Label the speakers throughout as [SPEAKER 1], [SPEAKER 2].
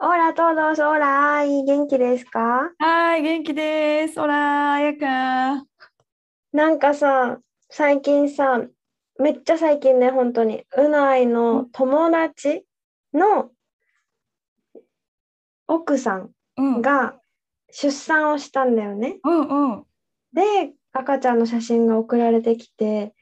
[SPEAKER 1] オラ、トードス、オラ、いい元気ですか
[SPEAKER 2] はい、元気です。ほら、彩香。
[SPEAKER 1] なんかさ、最近さ、めっちゃ最近ね、本当に、うないの友達の奥さん
[SPEAKER 2] うんうん
[SPEAKER 1] が出産をしたんだよね。
[SPEAKER 2] うん。
[SPEAKER 1] で赤ちゃんの写真が送られてきてえ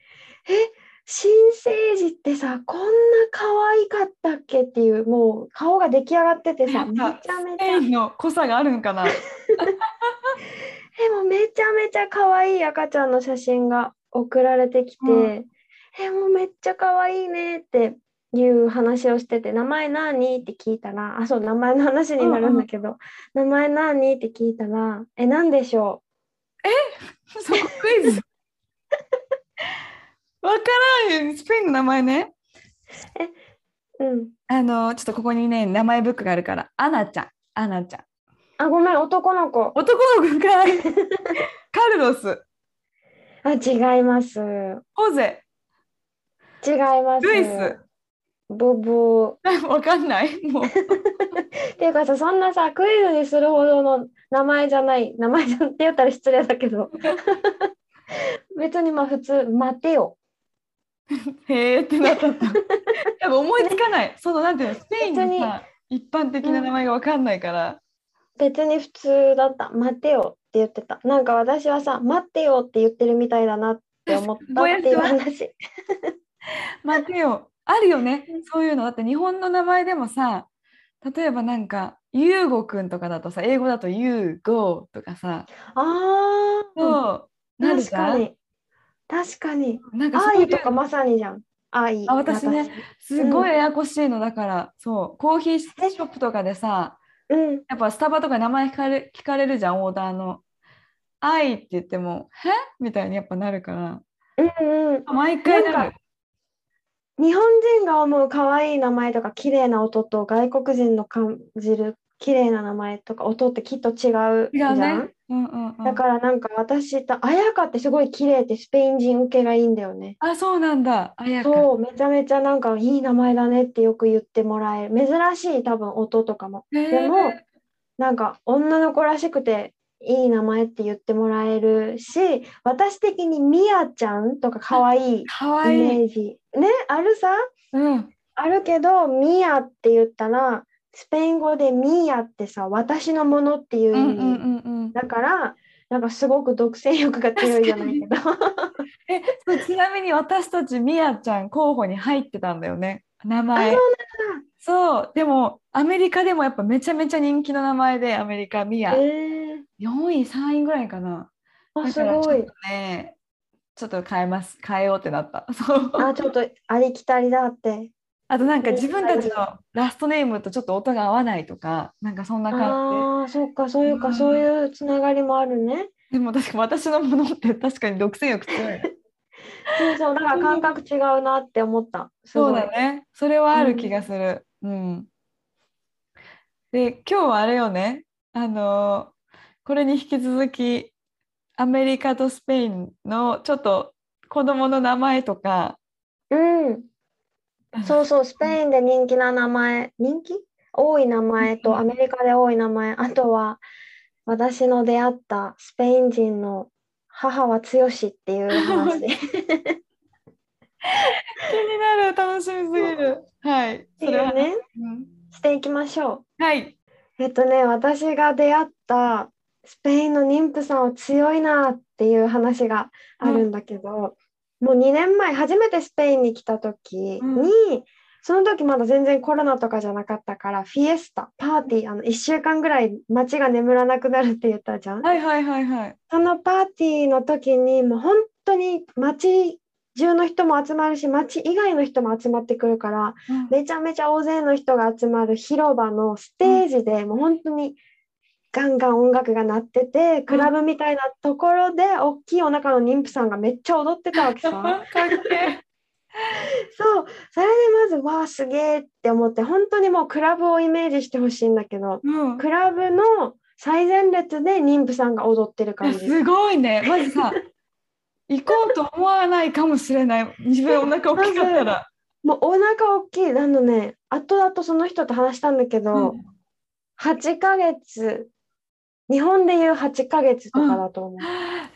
[SPEAKER 1] 新生児ってさこんな可愛かったっけっていうもう顔が出来上がってて
[SPEAKER 2] や
[SPEAKER 1] さ
[SPEAKER 2] っ
[SPEAKER 1] めち
[SPEAKER 2] ぱ
[SPEAKER 1] ゃめ
[SPEAKER 2] ス
[SPEAKER 1] ち
[SPEAKER 2] ペ
[SPEAKER 1] ゃ
[SPEAKER 2] インの濃さがあるんかな。
[SPEAKER 1] えもうめちゃめちゃ可愛い赤ちゃんの写真が送られてきて、
[SPEAKER 2] うん
[SPEAKER 1] えもうめっちゃ可愛いねっていう話をしてて名前何って聞いたらあそう名前の話になるんだけど、名前何って聞いたらえ何でしょ
[SPEAKER 2] そこクイ ズ。わからんよ、スペインの名前ね。
[SPEAKER 1] ううん
[SPEAKER 2] あの、ちょっとここにね、名前ブックがあるから、アナちゃん、アナちゃん。
[SPEAKER 1] あごめん男の子
[SPEAKER 2] 男の子かいカルロス、
[SPEAKER 1] あ違います
[SPEAKER 2] ホゼ、
[SPEAKER 1] 違います。
[SPEAKER 2] ルイス。
[SPEAKER 1] ボブ。
[SPEAKER 2] わかんない。もう。
[SPEAKER 1] っていうかさ、そんなさ、クイズにするほどの名前じゃない、名前じゃんって言ったら失礼だけど。 別にまあ普通、待てよ。
[SPEAKER 2] へーってなっちゃった。多分思いつかない。そのなんていうの、スペインのさ、一般的な名前がわかんないから。
[SPEAKER 1] 別に普通だった。待てよって言ってた。なんか私はさ、待ってよって言ってるみたいだなって思ったっていう話。
[SPEAKER 2] 待てよ。あるよね。そういうの。だって日本の名前でもさ、例えばなんか、ゆうごくんとかだとさ、英語だとゆうごとかさ、
[SPEAKER 1] ああ、
[SPEAKER 2] そう、なる
[SPEAKER 1] 確
[SPEAKER 2] じゃ
[SPEAKER 1] か
[SPEAKER 2] ん。
[SPEAKER 1] に。確かに。
[SPEAKER 2] なんかそうい
[SPEAKER 1] 愛
[SPEAKER 2] う
[SPEAKER 1] とかまさにじゃん。愛。
[SPEAKER 2] あ私ね。すごいややこしいのだから、そう、コーヒーショップとかでさ、
[SPEAKER 1] うん。
[SPEAKER 2] やっぱスタバとか名前聞かれ聞かれるじゃん、オーダーの。愛って言っても、へみたいにやっぱなるから。
[SPEAKER 1] うんうん。
[SPEAKER 2] 毎回なる
[SPEAKER 1] なん日本人が思う可愛い名前とか綺麗な音と外国人の感じる綺麗な名前とか音ってきっと違うじ
[SPEAKER 2] 違
[SPEAKER 1] ゃ、
[SPEAKER 2] うんね。うんうんうん、
[SPEAKER 1] だからなんか私と綾香ってすごい綺麗ってスペイン人受けがいいんだよね
[SPEAKER 2] あ、そうなんだ。あやか。
[SPEAKER 1] そうめちゃめちゃなんかいい名前だねってよく言ってもらえる珍しい多分音とかも
[SPEAKER 2] へー
[SPEAKER 1] でもなんか女の子らしくていい名前って言ってもらえるし私的にミアちゃんとか可愛いイ
[SPEAKER 2] かわいい。
[SPEAKER 1] メージねあるさ
[SPEAKER 2] うん。
[SPEAKER 1] あるけど、ミアって言ったら、スペイン語でミアってさ、私のものっていう
[SPEAKER 2] う
[SPEAKER 1] 意
[SPEAKER 2] んう
[SPEAKER 1] 味。
[SPEAKER 2] んうんうん。
[SPEAKER 1] だから、なんかすごく独占欲が強いじゃないけど。
[SPEAKER 2] え、そうちなみに私たち、みやちゃん候補に入ってたんだよね。名前。そう。でも、アメリカでもやっぱめちゃめちゃ人気の名前で、アメリカ、みや。
[SPEAKER 1] えー、
[SPEAKER 2] 4位、3位ぐらいかな。
[SPEAKER 1] あ
[SPEAKER 2] だ
[SPEAKER 1] す
[SPEAKER 2] からちょっ
[SPEAKER 1] ごい。
[SPEAKER 2] とね、ちょっと変えます。変えようってなった。そう。
[SPEAKER 1] あ、ちょっとありきたりだって。
[SPEAKER 2] あとなんか
[SPEAKER 1] ね
[SPEAKER 2] 自分たちのラストネームとちょっと音が合わないとか、なんかそんな感
[SPEAKER 1] ああー、そっか、そういう
[SPEAKER 2] うん
[SPEAKER 1] か、そういうつながりもあるね。
[SPEAKER 2] じで。でも確か私のものって確かに独占欲強い。
[SPEAKER 1] そうそう、だから感覚違うなって思った。す
[SPEAKER 2] そう
[SPEAKER 1] ごい
[SPEAKER 2] だ。ね。それはある気がする。うん。で、今日はあれよね。あのーこれに引き続き、アメリカとスペインのちょっと子供の名前とか、
[SPEAKER 1] うん。そうそう、スペインで人気な名前、人気多い名
[SPEAKER 2] う
[SPEAKER 1] 前
[SPEAKER 2] ん
[SPEAKER 1] とアメリカで多い名前、あとは私の出会ったスペイン人の母は強しっていう話。
[SPEAKER 2] 気になる。楽しみすぎる。はい。それは、
[SPEAKER 1] ね、
[SPEAKER 2] うん
[SPEAKER 1] していきましょ
[SPEAKER 2] はい。
[SPEAKER 1] う。えっとね、私が出会ったスペインの妊婦さんは強いなっていう話があるんだけど、もう2年前、初めてスペインに来た時に、
[SPEAKER 2] うん
[SPEAKER 1] その時まだ全然コロナとかじゃなかったから、フィエスタ、パーティー、あの1週間ぐらい街が眠らなくなるって言ったじゃん。
[SPEAKER 2] はいはいはいはい。
[SPEAKER 1] そのパーティーの時にもう本当に街中の人も集まるし町以外の人も集まってくるから
[SPEAKER 2] うん
[SPEAKER 1] めちゃめちゃ大勢の人が集まる広場のステージで、もう本当にガンガン音楽が鳴っててクラブみたいなところで大きいお腹の妊婦さんがめっちゃ踊ってたわけ
[SPEAKER 2] か
[SPEAKER 1] さ。
[SPEAKER 2] っけえ
[SPEAKER 1] そうそれでまずわあすげえって思って本当にもうクラブをイメージしてほしいんだけど
[SPEAKER 2] うん
[SPEAKER 1] クラブの最前列で妊婦さんが踊ってる
[SPEAKER 2] いや
[SPEAKER 1] 感じ。
[SPEAKER 2] すごいねまずさ行こうと思わないかもしれない自分お腹大きかったら、
[SPEAKER 1] もうお腹大きいあのね後々その人と話したんだけど、
[SPEAKER 2] うん
[SPEAKER 1] 8ヶ月日本でいう8ヶ月とかだと思う、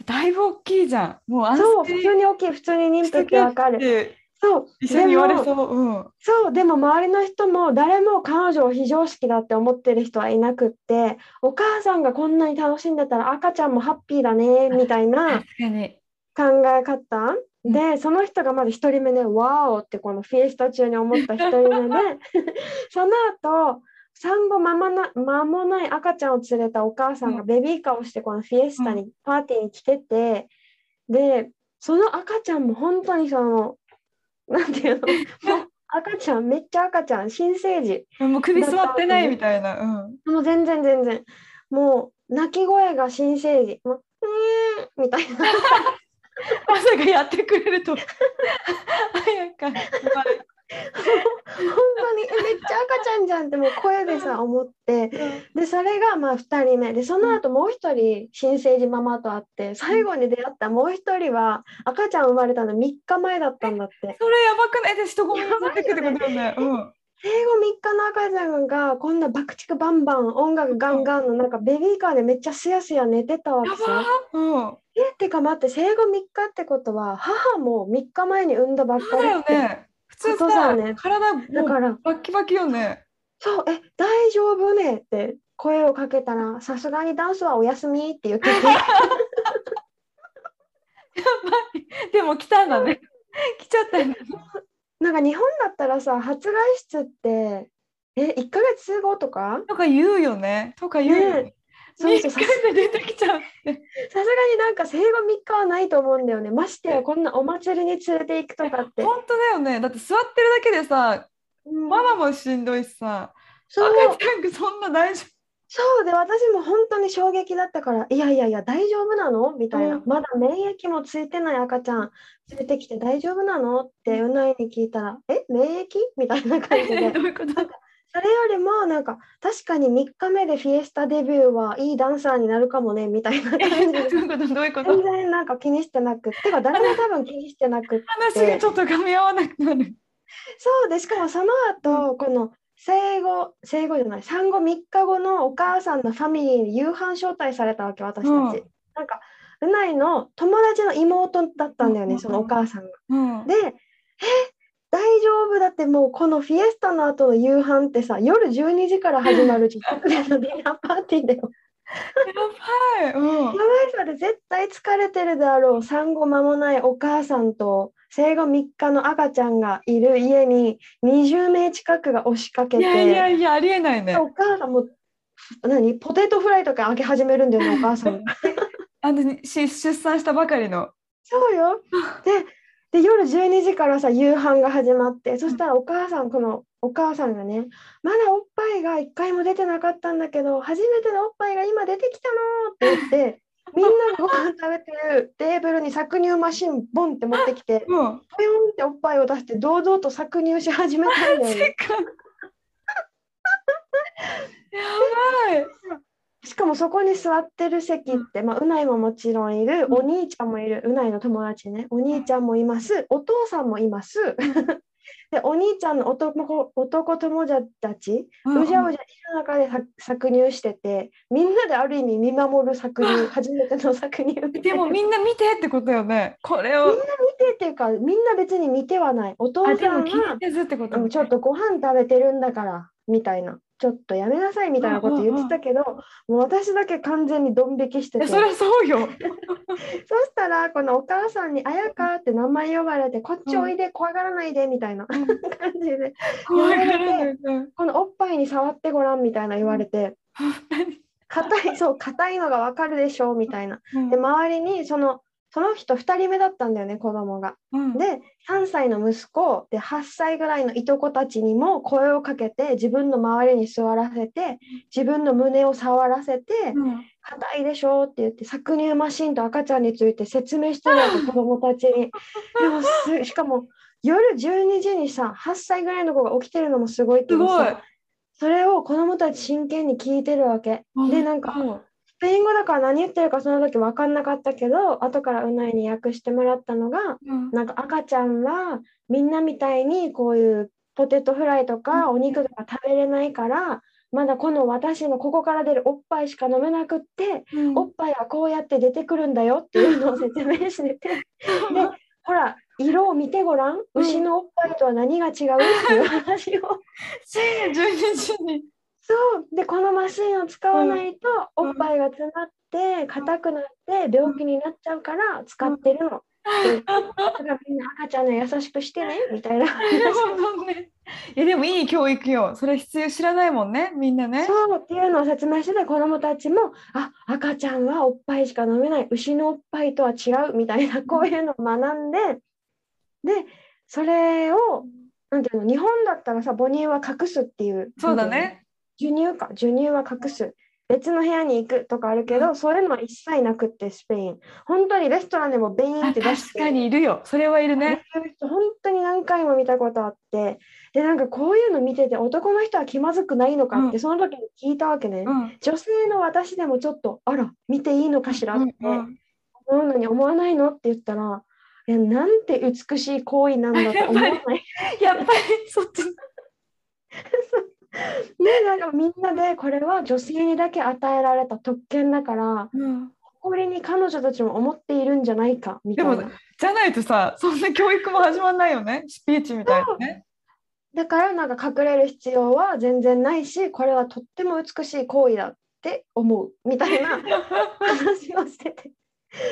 [SPEAKER 2] だいぶ大きいじゃんもう安
[SPEAKER 1] そう
[SPEAKER 2] 静
[SPEAKER 1] 普通に大きい普通に妊婦ってわか
[SPEAKER 2] っ
[SPEAKER 1] る
[SPEAKER 2] て
[SPEAKER 1] そう
[SPEAKER 2] 一緒に言われ
[SPEAKER 1] でも
[SPEAKER 2] そううん
[SPEAKER 1] そうでも周りの人も誰も彼女を非常識だって思ってる人はいなくってお母さんがこんなに楽しんでたら赤ちゃんもハッピーだねみたいな
[SPEAKER 2] 確かに
[SPEAKER 1] 考え方でその人がまず1人目で「ワーオ!」ってこのフィエスタ中に思った1人目でその後産後間もな間もない赤ちゃんを連れたお母さんが
[SPEAKER 2] う
[SPEAKER 1] ベビーカーをしてこのフィエスタに、パーティーに来ててでその赤ちゃんも本当にそのなんていうのもう赤ちゃんめっちゃ赤ちゃん新生児
[SPEAKER 2] もう首座ってないみたいなうん
[SPEAKER 1] もう全然全然もう泣き声が新生児もううーんみたいな。
[SPEAKER 2] まさかやってくれると早 か
[SPEAKER 1] 本当に えめっちゃ赤ちゃんじゃんってもう声でさ思ってでそれがまあ2人目でその後もう1人新生児ママと会って最後に出会ったもう1人は赤ちゃん生まれたの3日前だったんだって
[SPEAKER 2] それやばくないで人混みになってくるってことだよねうん
[SPEAKER 1] 生後3日の赤ちゃんがこんな爆竹バンバン音楽ガンガンのなんかベビーカーでめっちゃすやすや寝てたわけ
[SPEAKER 2] やば
[SPEAKER 1] さ
[SPEAKER 2] うん
[SPEAKER 1] えってか待って生後3日ってことは母も3日前に産んだばっ
[SPEAKER 2] そ
[SPEAKER 1] か
[SPEAKER 2] う
[SPEAKER 1] り
[SPEAKER 2] だ
[SPEAKER 1] っ
[SPEAKER 2] よ
[SPEAKER 1] て
[SPEAKER 2] ね普通
[SPEAKER 1] ことだ
[SPEAKER 2] さ
[SPEAKER 1] よね
[SPEAKER 2] 体も
[SPEAKER 1] だ
[SPEAKER 2] う
[SPEAKER 1] から
[SPEAKER 2] バッキバキよね
[SPEAKER 1] そう、え、大丈夫ねって声をかけたら、さすがにダンスはお休みって言ってて、
[SPEAKER 2] でも来たんだね 来ちゃったよね
[SPEAKER 1] なんか日本だったらさ、初外出って、え、1ヶ月後とか
[SPEAKER 2] とか言うよね。とか言うよね。
[SPEAKER 1] そう
[SPEAKER 2] 3
[SPEAKER 1] そ
[SPEAKER 2] 日
[SPEAKER 1] うさす
[SPEAKER 2] で出てきちゃうって。
[SPEAKER 1] さすがになんか生後3日はないと思うんだよね。ましてやこんなお祭りに連れて行くとかって。
[SPEAKER 2] 本当だよね。だって座ってるだけでさ、
[SPEAKER 1] うん
[SPEAKER 2] ママもしんどいしさ、
[SPEAKER 1] そう
[SPEAKER 2] 赤ちゃんがそんな大丈
[SPEAKER 1] そうで私も本当に衝撃だったから「いやいやいや大丈夫なの?」みたい
[SPEAKER 2] う
[SPEAKER 1] な、
[SPEAKER 2] ん
[SPEAKER 1] まだ免疫もついてない赤ちゃん連れてきて大丈夫なの?」ってうないに聞いたら「え免疫?」みたいな感じで
[SPEAKER 2] 夫どういうこと
[SPEAKER 1] それよりもなんか確かに3日目でフィエスタデビューはいいダンサーになるかもねみたいな
[SPEAKER 2] え
[SPEAKER 1] 感じ
[SPEAKER 2] ど う
[SPEAKER 1] で
[SPEAKER 2] いうことどういうこ
[SPEAKER 1] 全
[SPEAKER 2] と
[SPEAKER 1] 然なんか気にしてなくってか誰も多分気にしてなくって
[SPEAKER 2] 話がちょっと噛み合わなくなる。
[SPEAKER 1] そうでしかもその後この生後生後じゃない産後3日後のお母さんのファミリーに夕飯招待されたわけ私たち、
[SPEAKER 2] うん
[SPEAKER 1] なんかうないの友達の妹だったんだよ
[SPEAKER 2] う
[SPEAKER 1] ね
[SPEAKER 2] ん
[SPEAKER 1] そのお母さんが。
[SPEAKER 2] うん
[SPEAKER 1] で、え大丈夫だってもうこのフィエスタの後の夕飯ってさ夜12時から始まる自宅でのディナーパーティーだよ。
[SPEAKER 2] やばい。うん
[SPEAKER 1] やばいそれ絶対疲れてるであろう産後間もないお母さんと生後3日の赤ちゃんがいる家に20名近くが押しかけ
[SPEAKER 2] い
[SPEAKER 1] て
[SPEAKER 2] やいやいや、ありえないね。
[SPEAKER 1] お母さんも何ポテトフライとか揚げ始めるんだよねお母さん
[SPEAKER 2] あのし出産したばかりの。
[SPEAKER 1] そうよでで夜12時からさ夕飯が始まってそしたらお母さんこのお母さんがねまだおっぱいが1回も出てなかったんだけど初めてのおっぱいが今出てきたのって言ってみんながご飯食べてるテーブルに搾乳マシンボンって持って きて
[SPEAKER 2] もう
[SPEAKER 1] ポヨンっておっぱいを出して堂々と搾乳し始 めたんだよね
[SPEAKER 2] 世界。やばい。
[SPEAKER 1] しかもそこに座ってる席って、まあ、うないももちろんいる、
[SPEAKER 2] うん
[SPEAKER 1] お兄ちゃんもいる、うないの友達ね、お兄ちゃんもいます、お父さんもいます。 で、お兄ちゃんの男男友達たち、うじゃうじゃいる中でさ搾乳してて、みんなである意味見守る搾乳、初めての搾乳 みたいな。
[SPEAKER 2] でもみんな見てってことよね。これ
[SPEAKER 1] みん
[SPEAKER 2] を
[SPEAKER 1] な。見てっていうか、みんな別に見てはない。お父
[SPEAKER 2] あで
[SPEAKER 1] さ
[SPEAKER 2] も
[SPEAKER 1] ん
[SPEAKER 2] 気
[SPEAKER 1] は
[SPEAKER 2] にせずってこと
[SPEAKER 1] うん
[SPEAKER 2] ね。
[SPEAKER 1] ちょっとご飯食べてるんだからみたいなちょっとやめなさいみたいなこと言ってたけど、もう私だけ完全にドン引きして
[SPEAKER 2] い
[SPEAKER 1] て
[SPEAKER 2] や
[SPEAKER 1] そ
[SPEAKER 2] そりゃそうよ。
[SPEAKER 1] したらこのお母さんに「あやか」って名前呼ばれて「こっちおいで怖がらないで」みたいな感じで
[SPEAKER 2] 怖がらないうん
[SPEAKER 1] このおっぱいに触ってごらんみたいな言われて
[SPEAKER 2] 何
[SPEAKER 1] 硬いそう硬いのがわかるでしょうみたいな
[SPEAKER 2] うん
[SPEAKER 1] で周りにそのその人2人目だったんだよね子供が。
[SPEAKER 2] うん
[SPEAKER 1] で3歳の息子で8歳ぐらいのいとこたちにも声をかけて自分の周りに座らせて自分の胸を触らせて
[SPEAKER 2] うん
[SPEAKER 1] 「硬いでしょ」って言って搾乳マシンと赤ちゃんについて説明してるわ け子供たちに。でもすしかも夜12時にさ8歳ぐらいの子が起きてるのもすごいけ
[SPEAKER 2] すご
[SPEAKER 1] ど
[SPEAKER 2] い
[SPEAKER 1] さ。それを子供たち真剣に聞いてるわけ。でなんか
[SPEAKER 2] うん
[SPEAKER 1] スペイン語だから何言ってるかその時分かんなかったけど後からうないに訳してもらったのが
[SPEAKER 2] うん
[SPEAKER 1] なんか赤ちゃんはみんなみたいにこういうポテトフライとか
[SPEAKER 2] うん
[SPEAKER 1] お肉が食べれないからまだこの私のここから出るおっぱいしか飲めなくって
[SPEAKER 2] うん
[SPEAKER 1] おっぱいはこうやって出てくるんだよっていうのを説明してて でほら色を見てごら
[SPEAKER 2] う
[SPEAKER 1] ん
[SPEAKER 2] ん
[SPEAKER 1] 牛のおっぱいとは何が違うっていう話を
[SPEAKER 2] 深夜12時に
[SPEAKER 1] そうでこのマシンを使わないと
[SPEAKER 2] ん
[SPEAKER 1] おっぱいが詰まって硬くなって病気になっちゃうから使ってるの。でだからみんな赤ちゃんには優しくしてねみ たいな話
[SPEAKER 2] なるほどね。えでもいい教育よ。それ必要知らないもんね、みんなね。
[SPEAKER 1] そうっていうのを説明してて子どもたちもあ赤ちゃんはおっぱいしか飲めない牛のおっぱいとは違うみたいなこういうのを学んででそれをなんていうの日本だったらさ母乳は隠すっていう
[SPEAKER 2] そうだね。
[SPEAKER 1] 授乳か授乳は隠す別の部屋に行くとかあるけ
[SPEAKER 2] う
[SPEAKER 1] どそういうのは一切なくってスペイン本当にレストランでもベイン
[SPEAKER 2] あ
[SPEAKER 1] って
[SPEAKER 2] 確
[SPEAKER 1] 出して
[SPEAKER 2] かにいるよ。それはいるね。
[SPEAKER 1] そういう人本当に何回も見たことあってでなんかこういうの見てて男の人は気まずくないのかって、
[SPEAKER 2] うん
[SPEAKER 1] その時に聞いたわけね、
[SPEAKER 2] うん。
[SPEAKER 1] 女性の私でもちょっとあら見ていいのかしらって
[SPEAKER 2] うんう
[SPEAKER 1] 思
[SPEAKER 2] ん
[SPEAKER 1] うのに思わないのって言ったらえなんて美しい行為なんだと思わない
[SPEAKER 2] やっぱりそっち。
[SPEAKER 1] ねなんかみんなでこれは女性にだけ与えられた特権だから
[SPEAKER 2] うん
[SPEAKER 1] 誇りに彼女たちも思っているんじゃないかみたい
[SPEAKER 2] で
[SPEAKER 1] な
[SPEAKER 2] も。じゃないとさ、そんな教育も始まんないよね。スピーチみたいなね。
[SPEAKER 1] だからなんか隠れる必要は全然ないしこれはとっても美しい行為だって思うみたいな話をしてて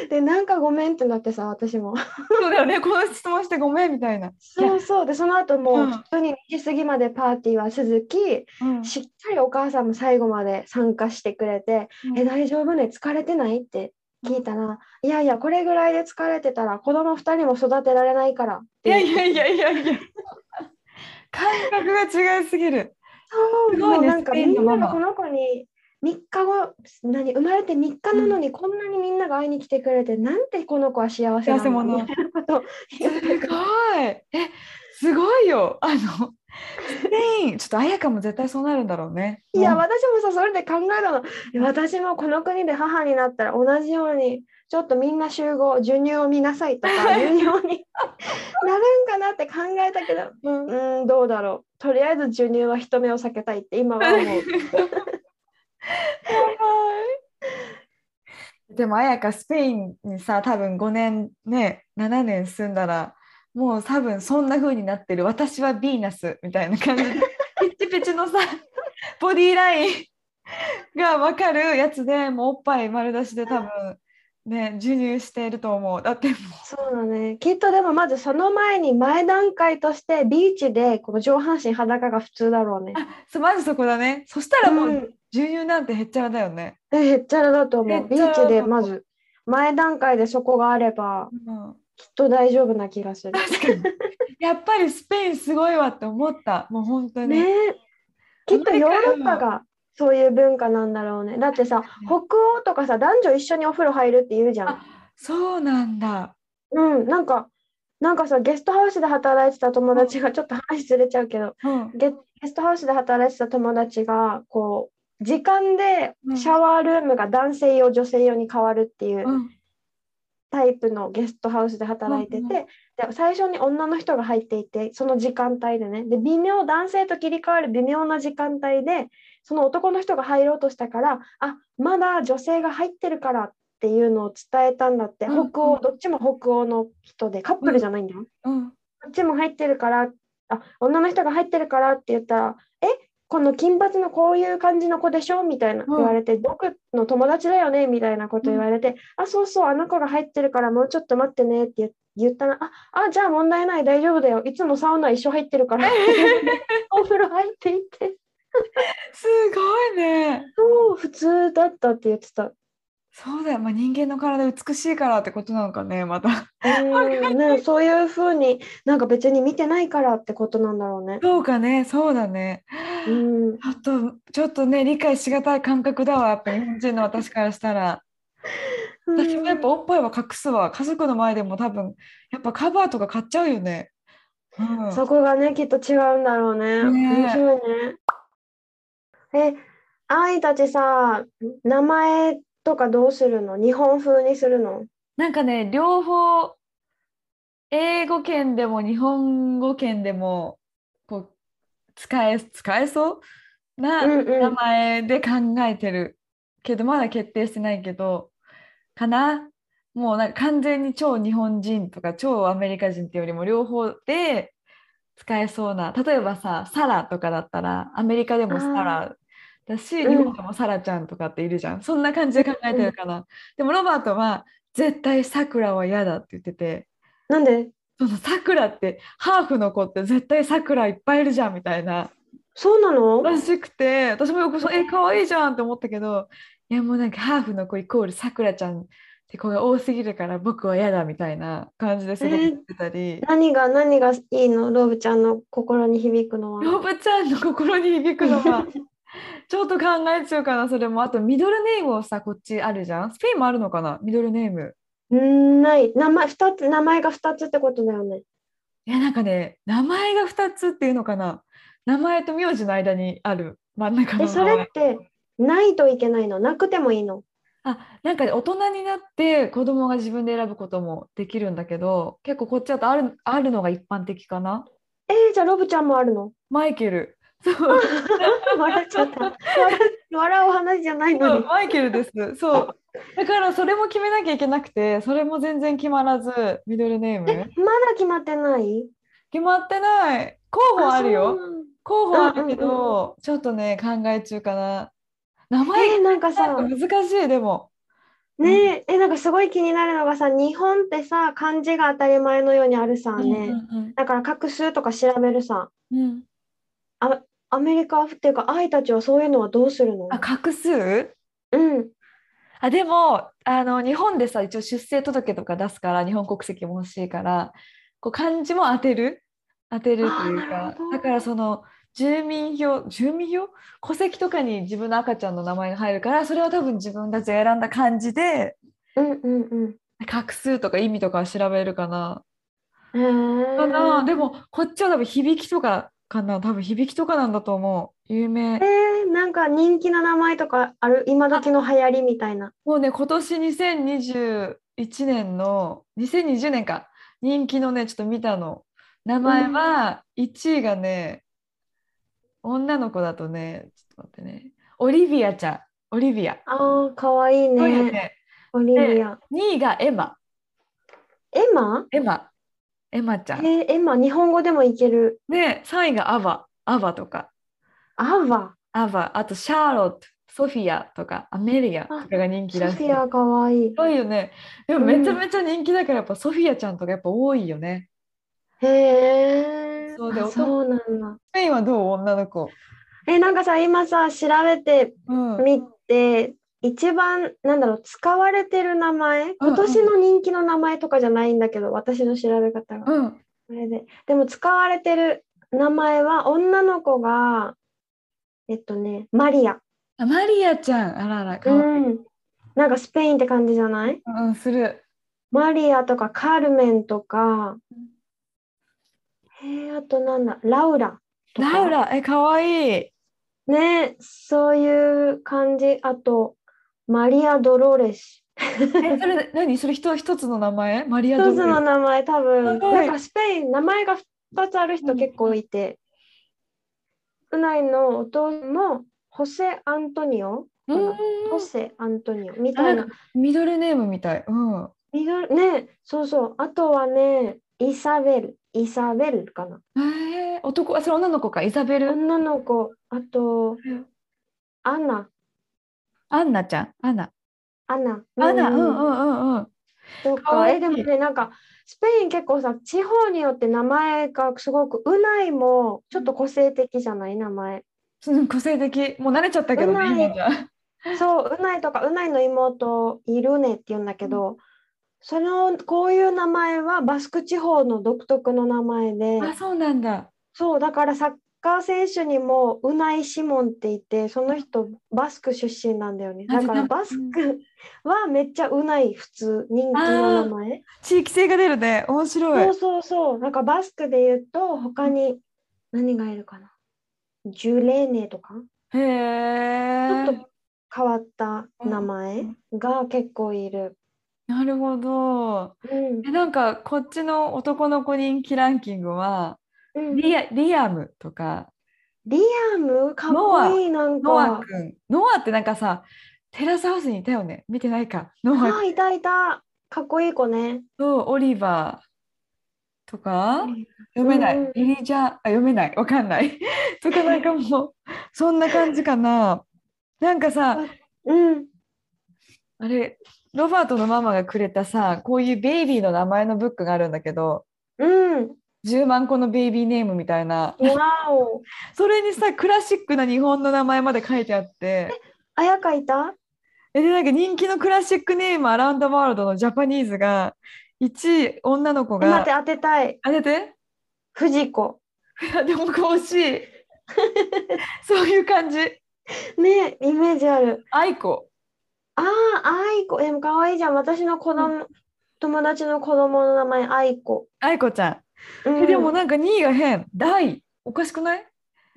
[SPEAKER 1] でなんかごめんってなってさ私も
[SPEAKER 2] そうだよね。この質問してごめんみたいな。
[SPEAKER 1] そうそうでその後も
[SPEAKER 2] う
[SPEAKER 1] うん普通に2時過ぎまでパーティーは続き、
[SPEAKER 2] うん
[SPEAKER 1] しっかりお母さんも最後まで参加してくれて「え大丈夫ね疲れてない?」って聞いたら「いやいやこれぐらいで疲れてたら子供2人も育てられないから」っ
[SPEAKER 2] い
[SPEAKER 1] て
[SPEAKER 2] や
[SPEAKER 1] 言って
[SPEAKER 2] いやいやいやいや。感覚が違いすぎる。
[SPEAKER 1] そう、
[SPEAKER 2] すごいね
[SPEAKER 1] もうなんか
[SPEAKER 2] スペ
[SPEAKER 1] み
[SPEAKER 2] インの
[SPEAKER 1] んな
[SPEAKER 2] マ
[SPEAKER 1] が
[SPEAKER 2] マ
[SPEAKER 1] この子に3日後、何生まれて3日なのにこんなにみんなが会いに来てくれて、なんてこの子は幸せ
[SPEAKER 2] 幸せ
[SPEAKER 1] なの
[SPEAKER 2] 者
[SPEAKER 1] みたいなことを
[SPEAKER 2] すごい。え、すごいよ。あの、スペイン、ちょっと綾香も絶対そうなるんだろうね。
[SPEAKER 1] い
[SPEAKER 2] も
[SPEAKER 1] や、
[SPEAKER 2] う
[SPEAKER 1] 私もさ、それで考えたの。え私もこの国で母になったら同じように、ちょっとみんな集合、授乳を見な さいとか、授乳に なるんかなって考えたけど、うん、うんどうだろう。とりあえず授乳は人目を避けたいって今は 思う。
[SPEAKER 2] でも綾香スペインにさ多分5年ね7年住んだらもう多分そんな風になってる私はヴィーナスみたいな感じ でピチピチのさボディラインが分かるやつでもうおっぱい丸出しで多分ね授乳していると思うだっても
[SPEAKER 1] そうだね。きっとでもまずその前に前段階としてビーチでこの上半身裸が普通だろうね。
[SPEAKER 2] うそうまずそこだねそしたらも
[SPEAKER 1] う
[SPEAKER 2] うん授乳なんてへっちゃらだよね。
[SPEAKER 1] えへっちゃらだと
[SPEAKER 2] へ
[SPEAKER 1] 思
[SPEAKER 2] っ
[SPEAKER 1] う。ビ
[SPEAKER 2] ちゃら
[SPEAKER 1] ー
[SPEAKER 2] だと思う
[SPEAKER 1] チでまず前段階でそこがあれば
[SPEAKER 2] うん
[SPEAKER 1] きっと大丈夫な気がする。
[SPEAKER 2] 確かに やっぱりスペインすごいわって思ったもう本当に、
[SPEAKER 1] ねえきっとヨーロッパがそういう文化なんだろうね。だってさ北欧とかさ男女一緒にお風呂入るって言うじゃん。
[SPEAKER 2] そうなんだ
[SPEAKER 1] うんなんかなんかさゲストハウスで働いてた友達がちょっと話ずれちゃうけど
[SPEAKER 2] うん
[SPEAKER 1] ゲゲストハウスで働いてた友達がこう時間で
[SPEAKER 2] うん
[SPEAKER 1] シャワールームが男性用、女性用に変わるっていううんタイプのゲストハウスで働いてて、
[SPEAKER 2] うんうん
[SPEAKER 1] で最初に女の人が入っていてその時間帯でねで微妙男性と切り替わる微妙な時間帯でその男の人が入ろうとしたからあまだ女性が入ってるからっていうのを伝えたんだって、
[SPEAKER 2] うんうん
[SPEAKER 1] 北欧どっちも北欧の人でカップルじゃないんだよ。
[SPEAKER 2] うん
[SPEAKER 1] こっちも入ってるから、あ、女の人が入ってるからって言ったら、え、この金髪のこういう感じの子でしょみたいな
[SPEAKER 2] うん
[SPEAKER 1] 言われて、僕の友達だよねみたいなこと言われて、あ、そうそう、あの子が入ってるからもうちょっと待ってねって言っ言ったら、あ、あ、じゃあ問題ない、大丈夫だよ。いつもサウナ一緒入って るから。お風呂入っていって。
[SPEAKER 2] すごいね
[SPEAKER 1] そう、普通だったって言ってた。
[SPEAKER 2] そうだよ、まあ、人間の体美しいからってことなのかねまた
[SPEAKER 1] うんね、そういうふうになんか別に見てないからってことなんだろう ね。
[SPEAKER 2] そうかねそうだね
[SPEAKER 1] う
[SPEAKER 2] ち
[SPEAKER 1] ん、
[SPEAKER 2] ょっとちょっとね理解しがたい感覚だわやっぱ日本人の私からしたら私もやっぱおっぱいは隠すわ家族の前でも多分やっぱカバーとか買っちゃうよねうん
[SPEAKER 1] そこがねきっと違うんだろうね。
[SPEAKER 2] ね
[SPEAKER 1] 面白いね。え愛たちさ名前とかどうするの日本風にするの
[SPEAKER 2] なんかね両方英語圏でも日本語圏でもこう使え使えそうな
[SPEAKER 1] うんうん
[SPEAKER 2] 名前で考えてるけど、まだ決定してないけどかなもうなんか完全に超日本人とか超アメリカ人っていうよりも両方で使えそうな例えばさサラとかだったらアメリカでもサラだし
[SPEAKER 1] うん
[SPEAKER 2] 日本でもサラちゃんとかっているじゃん、そんな感じで考えてるかな、でもロバートは絶対さくらは嫌だって言ってて
[SPEAKER 1] なんで
[SPEAKER 2] そのさくらってハーフの子って絶対さくらいっぱいいるじゃんみたいな
[SPEAKER 1] そうなの
[SPEAKER 2] らしくて私もよくそうえ可愛いじゃんって思ったけどいやもうなんかハーフの子イコールさくらちゃんって子が多すぎるから僕は嫌だみたいな感じですごく言ってたり、
[SPEAKER 1] 何が何がいいのロブちゃんの心に響くのは。
[SPEAKER 2] ロブちゃんの心に響くの はちょっと考えちゃうかなそれもあとミドルネームをさこっちあるじゃんスペインもあるのかなミドルネーム
[SPEAKER 1] うんない名前二つ名前が2つってことだよね。
[SPEAKER 2] いやなんかね名前が2つっていうのかな名前と名字の間にある真ん中の名
[SPEAKER 1] えそれっ
[SPEAKER 2] 前
[SPEAKER 1] てないといけないのなくてもいいの
[SPEAKER 2] あなんかね大人になって子供が自分で選ぶこともできるんだけど結構こっちだとあるあるのが一般的かな
[SPEAKER 1] えーじゃあロブちゃんもあるの
[SPEAKER 2] マイケルそう
[SPEAKER 1] 笑っちゃった笑笑う話じゃない
[SPEAKER 2] そ
[SPEAKER 1] の
[SPEAKER 2] う
[SPEAKER 1] に。
[SPEAKER 2] マイケルです。そう。だからそれも決めなきゃいけなくて、それも全然決まらず、ミドルネー
[SPEAKER 1] えまだ
[SPEAKER 2] ム
[SPEAKER 1] 決まってない
[SPEAKER 2] 決まってない。候補あるよ。候補あるけ
[SPEAKER 1] うんう
[SPEAKER 2] ど、ちょっとね考え中かな。名
[SPEAKER 1] そうなん
[SPEAKER 2] 前
[SPEAKER 1] えーなんか
[SPEAKER 2] な
[SPEAKER 1] さ
[SPEAKER 2] んか難しいでも。
[SPEAKER 1] ねえなんかすごい気になるのがさ日本ってさ漢字が当たり前のようにあるさね、
[SPEAKER 2] うん
[SPEAKER 1] だから画数とか調べるさ
[SPEAKER 2] うんうん。
[SPEAKER 1] アメリカっていうか愛たちはそういうのはどうするの
[SPEAKER 2] あ画数？
[SPEAKER 1] うん
[SPEAKER 2] あでもあの日本でさ一応出生届とか出すから日本国籍も欲しいからこう漢字も当てる当てるという
[SPEAKER 1] あーな
[SPEAKER 2] か
[SPEAKER 1] るほど
[SPEAKER 2] だからその住民票住民票戸籍とかに自分の赤ちゃんの名前が入るからそれは多分自分たちが選んだ漢字で
[SPEAKER 1] うんうんうん
[SPEAKER 2] 画数とか意味とか調べるかな。
[SPEAKER 1] へー
[SPEAKER 2] かなでもこっちは多分響きとかかな多分響きとかなんだと思う有名
[SPEAKER 1] え。ーなんか人気な名前とかある今時の流行りみたいな。
[SPEAKER 2] もうね、今年2021年の、2020年か、人気のね、ちょっと見たの。名前は、1位がね、女の子だとね、ちょっと待ってね、オリビアちゃん、オリビア。
[SPEAKER 1] あーかわいい
[SPEAKER 2] そうよ
[SPEAKER 1] ね。
[SPEAKER 2] ね
[SPEAKER 1] オリビア。
[SPEAKER 2] 2位がエマ、
[SPEAKER 1] エマ
[SPEAKER 2] エマ、エマちゃ
[SPEAKER 1] え
[SPEAKER 2] ん。
[SPEAKER 1] ーエマ日本語でもいける。
[SPEAKER 2] で、3位がアバ、アバとか、
[SPEAKER 1] アワ。
[SPEAKER 2] アバ、あとシャーロット、ソフィアとか、アメリアとかが人気
[SPEAKER 1] ソ
[SPEAKER 2] ら
[SPEAKER 1] フ
[SPEAKER 2] しい。
[SPEAKER 1] ィアかわいい。
[SPEAKER 2] 多いよね。でもめちゃめちゃ人気だから、やっぱソフィアちゃんとかやっぱ多いよね。
[SPEAKER 1] へえ。
[SPEAKER 2] そうで
[SPEAKER 1] あ
[SPEAKER 2] 男
[SPEAKER 1] そうなんだ。
[SPEAKER 2] スペインはどう女の子。
[SPEAKER 1] えなんかさ今さ調べて
[SPEAKER 2] うん。
[SPEAKER 1] みて一番なんだろう使われてる名
[SPEAKER 2] う
[SPEAKER 1] 前
[SPEAKER 2] ん
[SPEAKER 1] 今年の人気の名前とかじゃないんだけど私の調べ方が。
[SPEAKER 2] うん。
[SPEAKER 1] それででも使われてる名前は女の子がえっとねマリア。
[SPEAKER 2] あマリアちゃん。あらあら。か
[SPEAKER 1] う
[SPEAKER 2] わいい。
[SPEAKER 1] ん。なんかスペインって感じじゃない
[SPEAKER 2] うん、する。
[SPEAKER 1] マリアとかカルメンとか
[SPEAKER 2] うん。
[SPEAKER 1] えー、あとなんだラウラとか。
[SPEAKER 2] ラウラ、え、かわいい。
[SPEAKER 1] ねそういう感じ。あと、マリア・ドロレス。
[SPEAKER 2] え、それ、何、それ、ひと、一つの名前。マリア
[SPEAKER 1] 一つの
[SPEAKER 2] ド
[SPEAKER 1] 名前多分、
[SPEAKER 2] すごい
[SPEAKER 1] なんかスペイン、名前が2つある人結構いて、うないのお父さんも、ホセ・アントニオ、
[SPEAKER 2] リア。うん。
[SPEAKER 1] ホセ・アントニオみた
[SPEAKER 2] ないん
[SPEAKER 1] な
[SPEAKER 2] か。、ミドルネームみたい。うん。
[SPEAKER 1] ミドルね、そうそう。あとはね、イサベル、イサベルかな。
[SPEAKER 2] えー、男、あ、それ、女の子か、イザベル。
[SPEAKER 1] 女の子、あと、アナ、
[SPEAKER 2] アンナちゃん。アナ。
[SPEAKER 1] アナ。
[SPEAKER 2] アナ。
[SPEAKER 1] う
[SPEAKER 2] うんん、
[SPEAKER 1] う
[SPEAKER 2] うん
[SPEAKER 1] うん
[SPEAKER 2] ん、うん、うん。
[SPEAKER 1] そうか
[SPEAKER 2] かわいい
[SPEAKER 1] えでもねなんかスペイン結構さ地方によって名前がすごくうないもちょっと個性的じゃない名前
[SPEAKER 2] その個性的、もう慣れちゃったけど
[SPEAKER 1] うま
[SPEAKER 2] ね、
[SPEAKER 1] い
[SPEAKER 2] 今じゃ。
[SPEAKER 1] そううないとかうないの妹イルネって言うんだけど、そのこういう名前はバスク地方の独特の名前で
[SPEAKER 2] あ、そうなんだ。
[SPEAKER 1] そうだからサッカー選手にもウナイ・シモンっていてその人バスク出身なんだよね
[SPEAKER 2] あ
[SPEAKER 1] だから
[SPEAKER 2] じゃあ
[SPEAKER 1] バスクはめっちゃウナイ普通人気の名前
[SPEAKER 2] 地域性が出るね。面白い。
[SPEAKER 1] そうそうそうなんかバスクで言うと他に何がいるかなジュレーネとか
[SPEAKER 2] へえ
[SPEAKER 1] ち。ょっと変わった名前が結構いる。
[SPEAKER 2] なるほど。
[SPEAKER 1] うん
[SPEAKER 2] えなんかこっちの男の子人気ランキングは
[SPEAKER 1] うん
[SPEAKER 2] リアリアムとか
[SPEAKER 1] リアムかっこいいなん
[SPEAKER 2] ノア
[SPEAKER 1] か。
[SPEAKER 2] くん。ノアってなんかさテラスハウスにいたよね。見てないか。ノア
[SPEAKER 1] あいたいた。かっこいい子ね。
[SPEAKER 2] とオリバーとか
[SPEAKER 1] うん
[SPEAKER 2] 読めな
[SPEAKER 1] う
[SPEAKER 2] い
[SPEAKER 1] ん。
[SPEAKER 2] リリジャーあ読めない。わかんない。 とかなんかもうそんな感じかな。なんかさ
[SPEAKER 1] うん。
[SPEAKER 2] あれロバートのママがくれたさこういうベイビーの名前のブックがあるんだけど
[SPEAKER 1] うん。
[SPEAKER 2] 10万個のベイビーネームみたいな
[SPEAKER 1] わお。
[SPEAKER 2] それにさクラシックな日本の名前まで書いてあって
[SPEAKER 1] あやかいた
[SPEAKER 2] えでなんか人気のクラシックネームアラウンドワールドのジャパニーズが1位女の子
[SPEAKER 1] え待っ
[SPEAKER 2] が
[SPEAKER 1] て、当てたい。
[SPEAKER 2] あ出て
[SPEAKER 1] 藤子。
[SPEAKER 2] いやでも惜し いそういう感じ
[SPEAKER 1] ねイメージある。
[SPEAKER 2] 愛子
[SPEAKER 1] ああ、あいこ。でもかわいいじゃん。私の子供、友達の子供の名前、あいこ。
[SPEAKER 2] 愛子ちゃ
[SPEAKER 1] うん
[SPEAKER 2] えでもなんか2位が変大おかしくない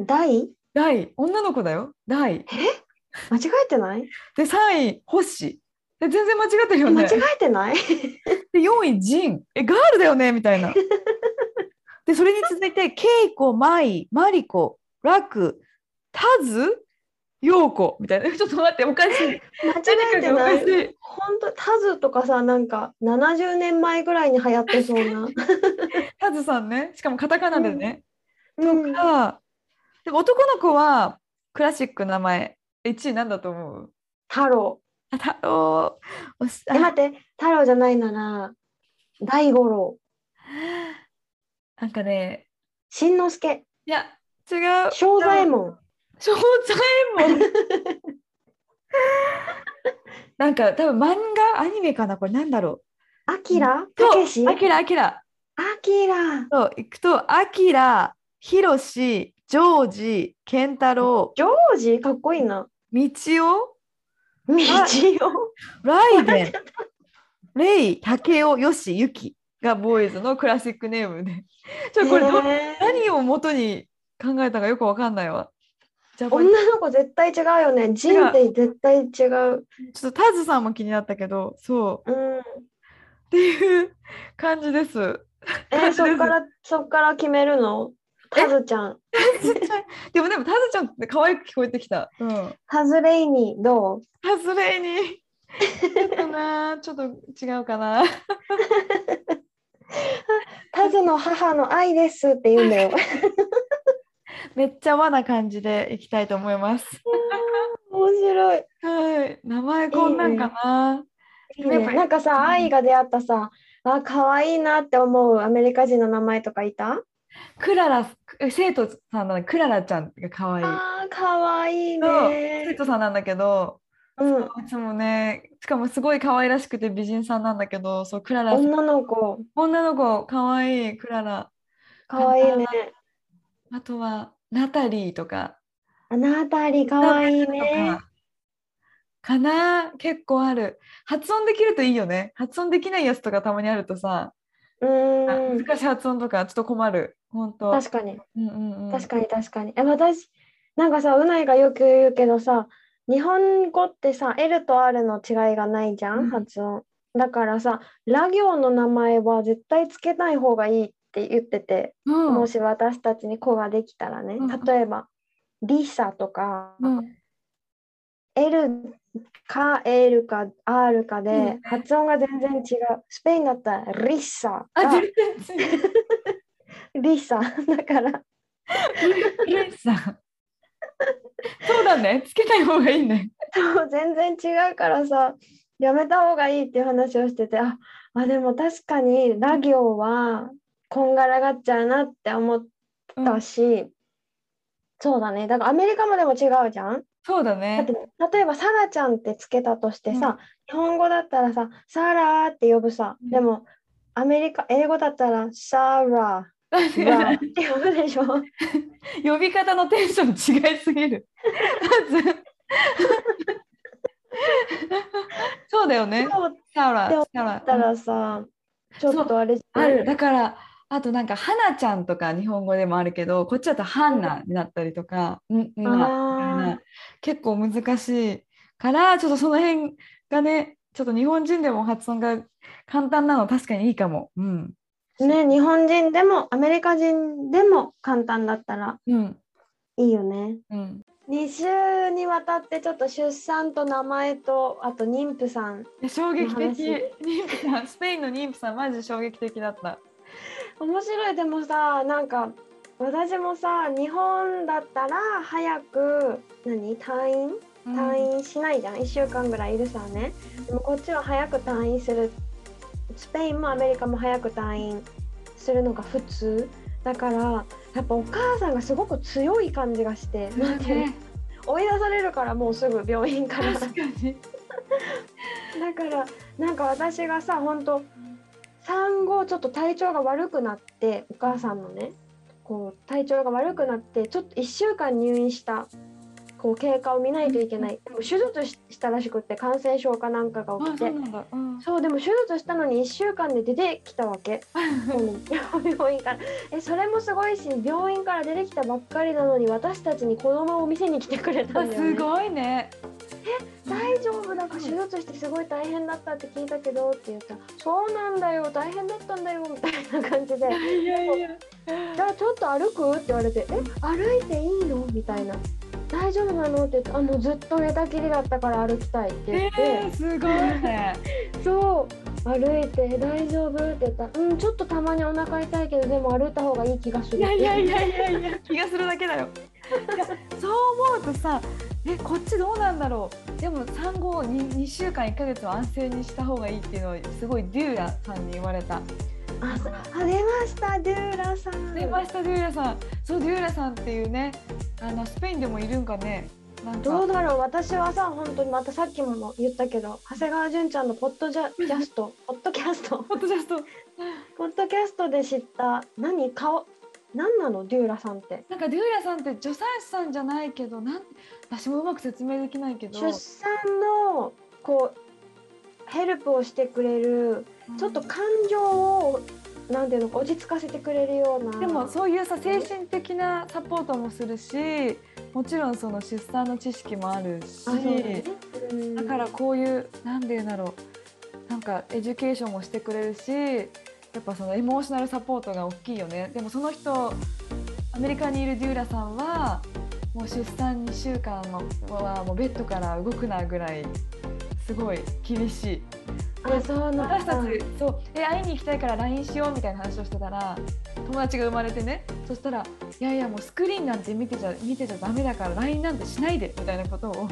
[SPEAKER 1] 大
[SPEAKER 2] 大女の子だよ大
[SPEAKER 1] 間違えてない
[SPEAKER 2] で3位星で全然間違ってるよ
[SPEAKER 1] 間
[SPEAKER 2] ね
[SPEAKER 1] 違えてない
[SPEAKER 2] で4位ジンえガールだよねみたい なでそれに続いてケイコマイマリコラクタズヨーコみたいな ちょっと待っておかしい
[SPEAKER 1] 間違えてな
[SPEAKER 2] 何かがおかし
[SPEAKER 1] い。
[SPEAKER 2] い
[SPEAKER 1] 本当タズとかさ、なんか70年前ぐらいに流行ってそう な。
[SPEAKER 2] タズさんねしかもカタカナでね、
[SPEAKER 1] うん
[SPEAKER 2] あーでも男の子はクラシックの名前1位なんだと思う
[SPEAKER 1] 太郎。
[SPEAKER 2] あ太郎おし
[SPEAKER 1] え、
[SPEAKER 2] あ
[SPEAKER 1] 待って、太郎じゃないなら、大五郎、
[SPEAKER 2] なんかね
[SPEAKER 1] しんのすけ、
[SPEAKER 2] いや違う
[SPEAKER 1] 正左衛門。
[SPEAKER 2] 正左衛門なんか多分漫画アニメかなこれなんだろ
[SPEAKER 1] あきら、
[SPEAKER 2] う
[SPEAKER 1] た
[SPEAKER 2] と
[SPEAKER 1] けし、
[SPEAKER 2] アキラアキラ
[SPEAKER 1] あきら、
[SPEAKER 2] と行くとアキラヒロシジョージケンタロ
[SPEAKER 1] ジョージ、かっこいいな。
[SPEAKER 2] ウミチオ
[SPEAKER 1] 道
[SPEAKER 2] あ
[SPEAKER 1] を。
[SPEAKER 2] ライデンレイタケオヨシユキがボーイズのクラシックネームでちょこれど、
[SPEAKER 1] ねえ
[SPEAKER 2] 何を元に考えたかよくわかんないわジャパニ
[SPEAKER 1] 女の子絶対違うよね。ジンって絶対違う。
[SPEAKER 2] ちょっとタズさんも気になったけどそう
[SPEAKER 1] うん。
[SPEAKER 2] っていう感じです。
[SPEAKER 1] え、そっから、そっから決めるの。タズちゃん。
[SPEAKER 2] でもでもタズちゃんって可愛く聞こえてきた。うん。
[SPEAKER 1] タズレイニー、どう。
[SPEAKER 2] タズレイに。ちょっとな、ちょっと違うかな。
[SPEAKER 1] タズの母の愛ですって言うんだよ。
[SPEAKER 2] めっちゃ和な感じでいきたいと思います。
[SPEAKER 1] 面白い。
[SPEAKER 2] はい。名前こんなんかな。
[SPEAKER 1] いいねなんかさ、愛が出会ったさ、あ、可愛いなって思うアメリカ人の名前とかいた
[SPEAKER 2] クララ、え生徒さんなんだクララちゃんが可愛い。
[SPEAKER 1] あー、可愛い
[SPEAKER 2] そう
[SPEAKER 1] ね
[SPEAKER 2] 生。徒さんなんだけど、
[SPEAKER 1] うん、
[SPEAKER 2] いつもね、しかもすごい可愛らしくて美人さんなんだけど、そうクララ、
[SPEAKER 1] 女の子、
[SPEAKER 2] 女の子可愛いクララ。
[SPEAKER 1] 可愛いね。
[SPEAKER 2] あとはナタリーとか。
[SPEAKER 1] あなたり可愛い
[SPEAKER 2] と
[SPEAKER 1] ね。
[SPEAKER 2] かかな結構ある発音できるといいよね発音できないやつとかたまにあるとさ、
[SPEAKER 1] う
[SPEAKER 2] あ
[SPEAKER 1] ーん、
[SPEAKER 2] 難しい発音とかちょっと困る本当
[SPEAKER 1] 確かに、
[SPEAKER 2] うんうんうん、
[SPEAKER 1] 確かに、確かに。え、私、なんかさ、うないがよく言うけどさ、日本語ってさ、L と R の違いがないじゃ
[SPEAKER 2] うん
[SPEAKER 1] ん、発音。だからさ、ラ行の名前は絶対つけない方がいいって言ってて。
[SPEAKER 2] うん
[SPEAKER 1] もし私たちに子ができたらね、
[SPEAKER 2] うん
[SPEAKER 1] 例えばリサとか、
[SPEAKER 2] うん、
[SPEAKER 1] L か L か R か
[SPEAKER 2] うん
[SPEAKER 1] で
[SPEAKER 2] ね
[SPEAKER 1] 発音が全然違う。スペインだったらリサ
[SPEAKER 2] あ
[SPEAKER 1] が
[SPEAKER 2] 全然違う
[SPEAKER 1] リサ だから
[SPEAKER 2] レイさんそうだねつけない方がいいね
[SPEAKER 1] そう全然違うからさやめた方がいいっていう話をしててああでも確かにラ行はこんがらがっちゃうなって思ったし、そうだねだからアメリカもでも違うじゃん
[SPEAKER 2] そうだ
[SPEAKER 1] だっ
[SPEAKER 2] ね
[SPEAKER 1] て。例えば「サラちゃん」ってつけたとしてさ、日本語だったらさ「サラ」って呼ぶさ、
[SPEAKER 2] うん
[SPEAKER 1] でもアメリカ英語だったら「サラ」 ラって呼ぶでしょ
[SPEAKER 2] 呼び方のテンション違いすぎる。 まずそうだよね。
[SPEAKER 1] そう
[SPEAKER 2] サラ、
[SPEAKER 1] でも
[SPEAKER 2] サラ。
[SPEAKER 1] だったらさちょっとあれじゃ
[SPEAKER 2] あ
[SPEAKER 1] ない
[SPEAKER 2] る。だから、あとなんか、花ちゃんとか日本語でもあるけど、こっちだとハンナになったりとか、うん、うん、
[SPEAKER 1] あー
[SPEAKER 2] みたいな結構難しいから、ちょっとその辺がね、ちょっと日本人でも発音が簡単なの確かにいいかも。うん。
[SPEAKER 1] ね日本人でもアメリカ人でも簡単だったら
[SPEAKER 2] うん。
[SPEAKER 1] いいよね。
[SPEAKER 2] うん。
[SPEAKER 1] 2週にわたってちょっと出産と名前とあと妊婦さん
[SPEAKER 2] いや衝撃的。
[SPEAKER 1] 話
[SPEAKER 2] 妊婦さん、スペインの妊婦さん、マジ衝撃的だった。
[SPEAKER 1] 面白いでもさなんか私もさ日本だったら早く何退院
[SPEAKER 2] うん
[SPEAKER 1] 退院しないじゃん、1週間ぐらいいるさねでもこっちは早く退院するスペインもアメリカも早く退院するのが普通だからやっぱお母さんがすごく強い感じがしてなんていうの
[SPEAKER 2] ね
[SPEAKER 1] 追い出されるからもうすぐ病院から。
[SPEAKER 2] 確かに。
[SPEAKER 1] だからなんか私がさ本当産後ちょっと体調が悪くなってお母さんのねこう体調が悪くなってちょっと1週間入院したこう経過を見ないといけない、でも手術ししたらしくって感染症かなんかが起
[SPEAKER 2] あ、
[SPEAKER 1] き
[SPEAKER 2] そう
[SPEAKER 1] て
[SPEAKER 2] なんだ。うん。
[SPEAKER 1] そうでも手術したのに1週間で出てきたわけ この病院からえそれもすごいし病院から出てきたばっかりなのに私たちに子供を見せに来てくれた
[SPEAKER 2] あ
[SPEAKER 1] んだよ
[SPEAKER 2] す
[SPEAKER 1] ね。
[SPEAKER 2] ごいね。
[SPEAKER 1] 大丈夫なんか手術してすごい大変だったって聞いたけどって言ったら「そうなんだよ大変だったんだよ」みたいな 感じ
[SPEAKER 2] い
[SPEAKER 1] で
[SPEAKER 2] やいやいや。
[SPEAKER 1] 「じゃあちょっと歩く?」って言われて「え歩いていいの?」みたいな「大丈夫なの?」って言って「あもうずっと寝たきりだったから歩きたい」って言って、
[SPEAKER 2] えー、すごいね。
[SPEAKER 1] そう歩いて「大丈夫?」って言ったら「うんちょっとたまにお腹痛いけどでも歩いた方がいい気がする」
[SPEAKER 2] いやいやいやいやいや、気がするだけだよ。いやそう思うとさ、え、こっちどうなんだろう。でも産後に二週間一ヶ月は安静にした方がいいっていうのはすごいデューラさんに言われた。
[SPEAKER 1] あさあ出ましたデューラさん
[SPEAKER 2] 出ましたデューラさん。そうデューラさんっていうね、あのスペインでもいるんかね。なん
[SPEAKER 1] ど
[SPEAKER 2] か
[SPEAKER 1] うだろう私はさ本当にまたさっきも言ったけど長谷川純ちゃんのポッドジャキャ ストポッドキャスト
[SPEAKER 2] ポッドキャスト
[SPEAKER 1] ポッドキャストで知った何顔何なのデューラさんって
[SPEAKER 2] なんかデューラさんって助産師さんじゃないけど、なん私もうまく説明できないけど、
[SPEAKER 1] 出産のこうヘルプをしてくれるちょっと感情をなんていうのか落ち着かせてくれるような
[SPEAKER 2] でもそういうさ精神的なサポートもするしもちろんその出産の知識もあるし
[SPEAKER 1] あそうだねうん
[SPEAKER 2] だからこういう何て言うんだろうなんかエデュケーションもしてくれるしやっぱそのエモーショナルサポートが大きいよねでもその人アメリカにいるデューラさんはもう出産2週間はもうベッドから動くなぐらいすごい厳しい。
[SPEAKER 1] あそうなんだ
[SPEAKER 2] 私たちそうえ会いに行きたいから LINE しようみたいな話をしてたら友達が生まれてねそしたら「いやいやもうスクリーンなんて見てちゃ見てちゃダメだから LINE なんてしないで」みたいなこと を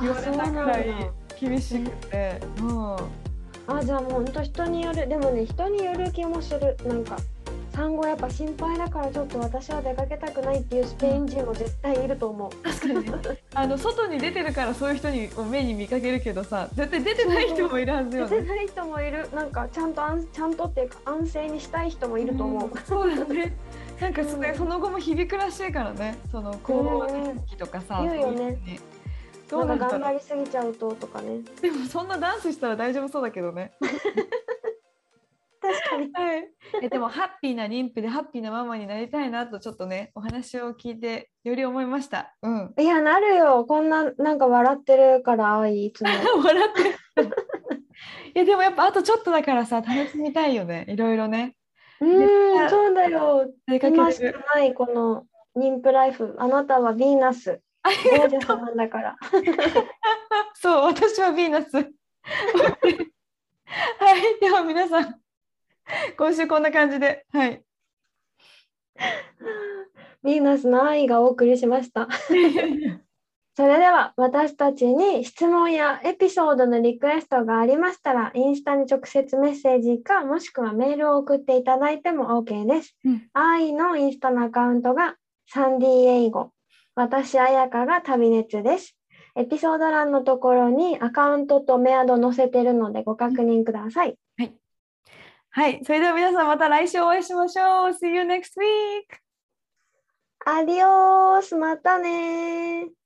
[SPEAKER 2] 言われたくらい厳しくてうん
[SPEAKER 1] あじゃあもう本当人によるでもね人による気もするなんか産後やっぱ心配だからちょっと私は出かけたくないっていうスペイン人も絶対いると思う、
[SPEAKER 2] 確かにね あの外に出てるからそういう人にを目に見かけるけどさ絶対出てない人もいるはずよ
[SPEAKER 1] 出て
[SPEAKER 2] ね。
[SPEAKER 1] ない人もいるなんかちゃんとあんちゃんとっていうか安静にしたい人もいると思う、
[SPEAKER 2] んそうだねなんかそ,、その後も響くらしいからねその高校の時期とかさ、
[SPEAKER 1] うん
[SPEAKER 2] そう
[SPEAKER 1] 言う
[SPEAKER 2] い
[SPEAKER 1] よ
[SPEAKER 2] う
[SPEAKER 1] ね
[SPEAKER 2] のにどう
[SPEAKER 1] な
[SPEAKER 2] なんん
[SPEAKER 1] か
[SPEAKER 2] だ
[SPEAKER 1] 頑
[SPEAKER 2] ろ
[SPEAKER 1] 張
[SPEAKER 2] う
[SPEAKER 1] りすぎちゃうととかね
[SPEAKER 2] でもそんなダンスしたら大丈夫そうだけどね。
[SPEAKER 1] 確かに
[SPEAKER 2] はい、えでもハッピーな妊婦でハッピーなママになりたいなとちょっとねお話を聞いてより思いました。うん、
[SPEAKER 1] いやなるよこんななんか笑ってるからあいいつ も
[SPEAKER 2] 笑って る。いやでもやっぱあとちょっとだからさ楽しみたいよねいろいろね
[SPEAKER 1] うーんそうだよ
[SPEAKER 2] 出かけ
[SPEAKER 1] 今しか
[SPEAKER 2] る。
[SPEAKER 1] ないこの妊婦ライフあなたはヴィーナス
[SPEAKER 2] あ
[SPEAKER 1] 王女様だから
[SPEAKER 2] そう私はヴィーナス。 はいでは皆さん今週こんな感じではい。
[SPEAKER 1] ヴィーナスの愛がお送りしました。それでは私たちに質問やエピソードのリクエストがありましたら、インスタに直接メッセージか、もしくはメールを送っていただいても OK です。
[SPEAKER 2] うん
[SPEAKER 1] 愛のインスタのアカウントがサンディエイゴ、私、あやかが旅熱です。エピソード欄のところにアカウントとメアド載せてるのでご確認ください。
[SPEAKER 2] はい、それでは皆さんまた来週お会いしましょう。See you next week!
[SPEAKER 1] アディオースまたねー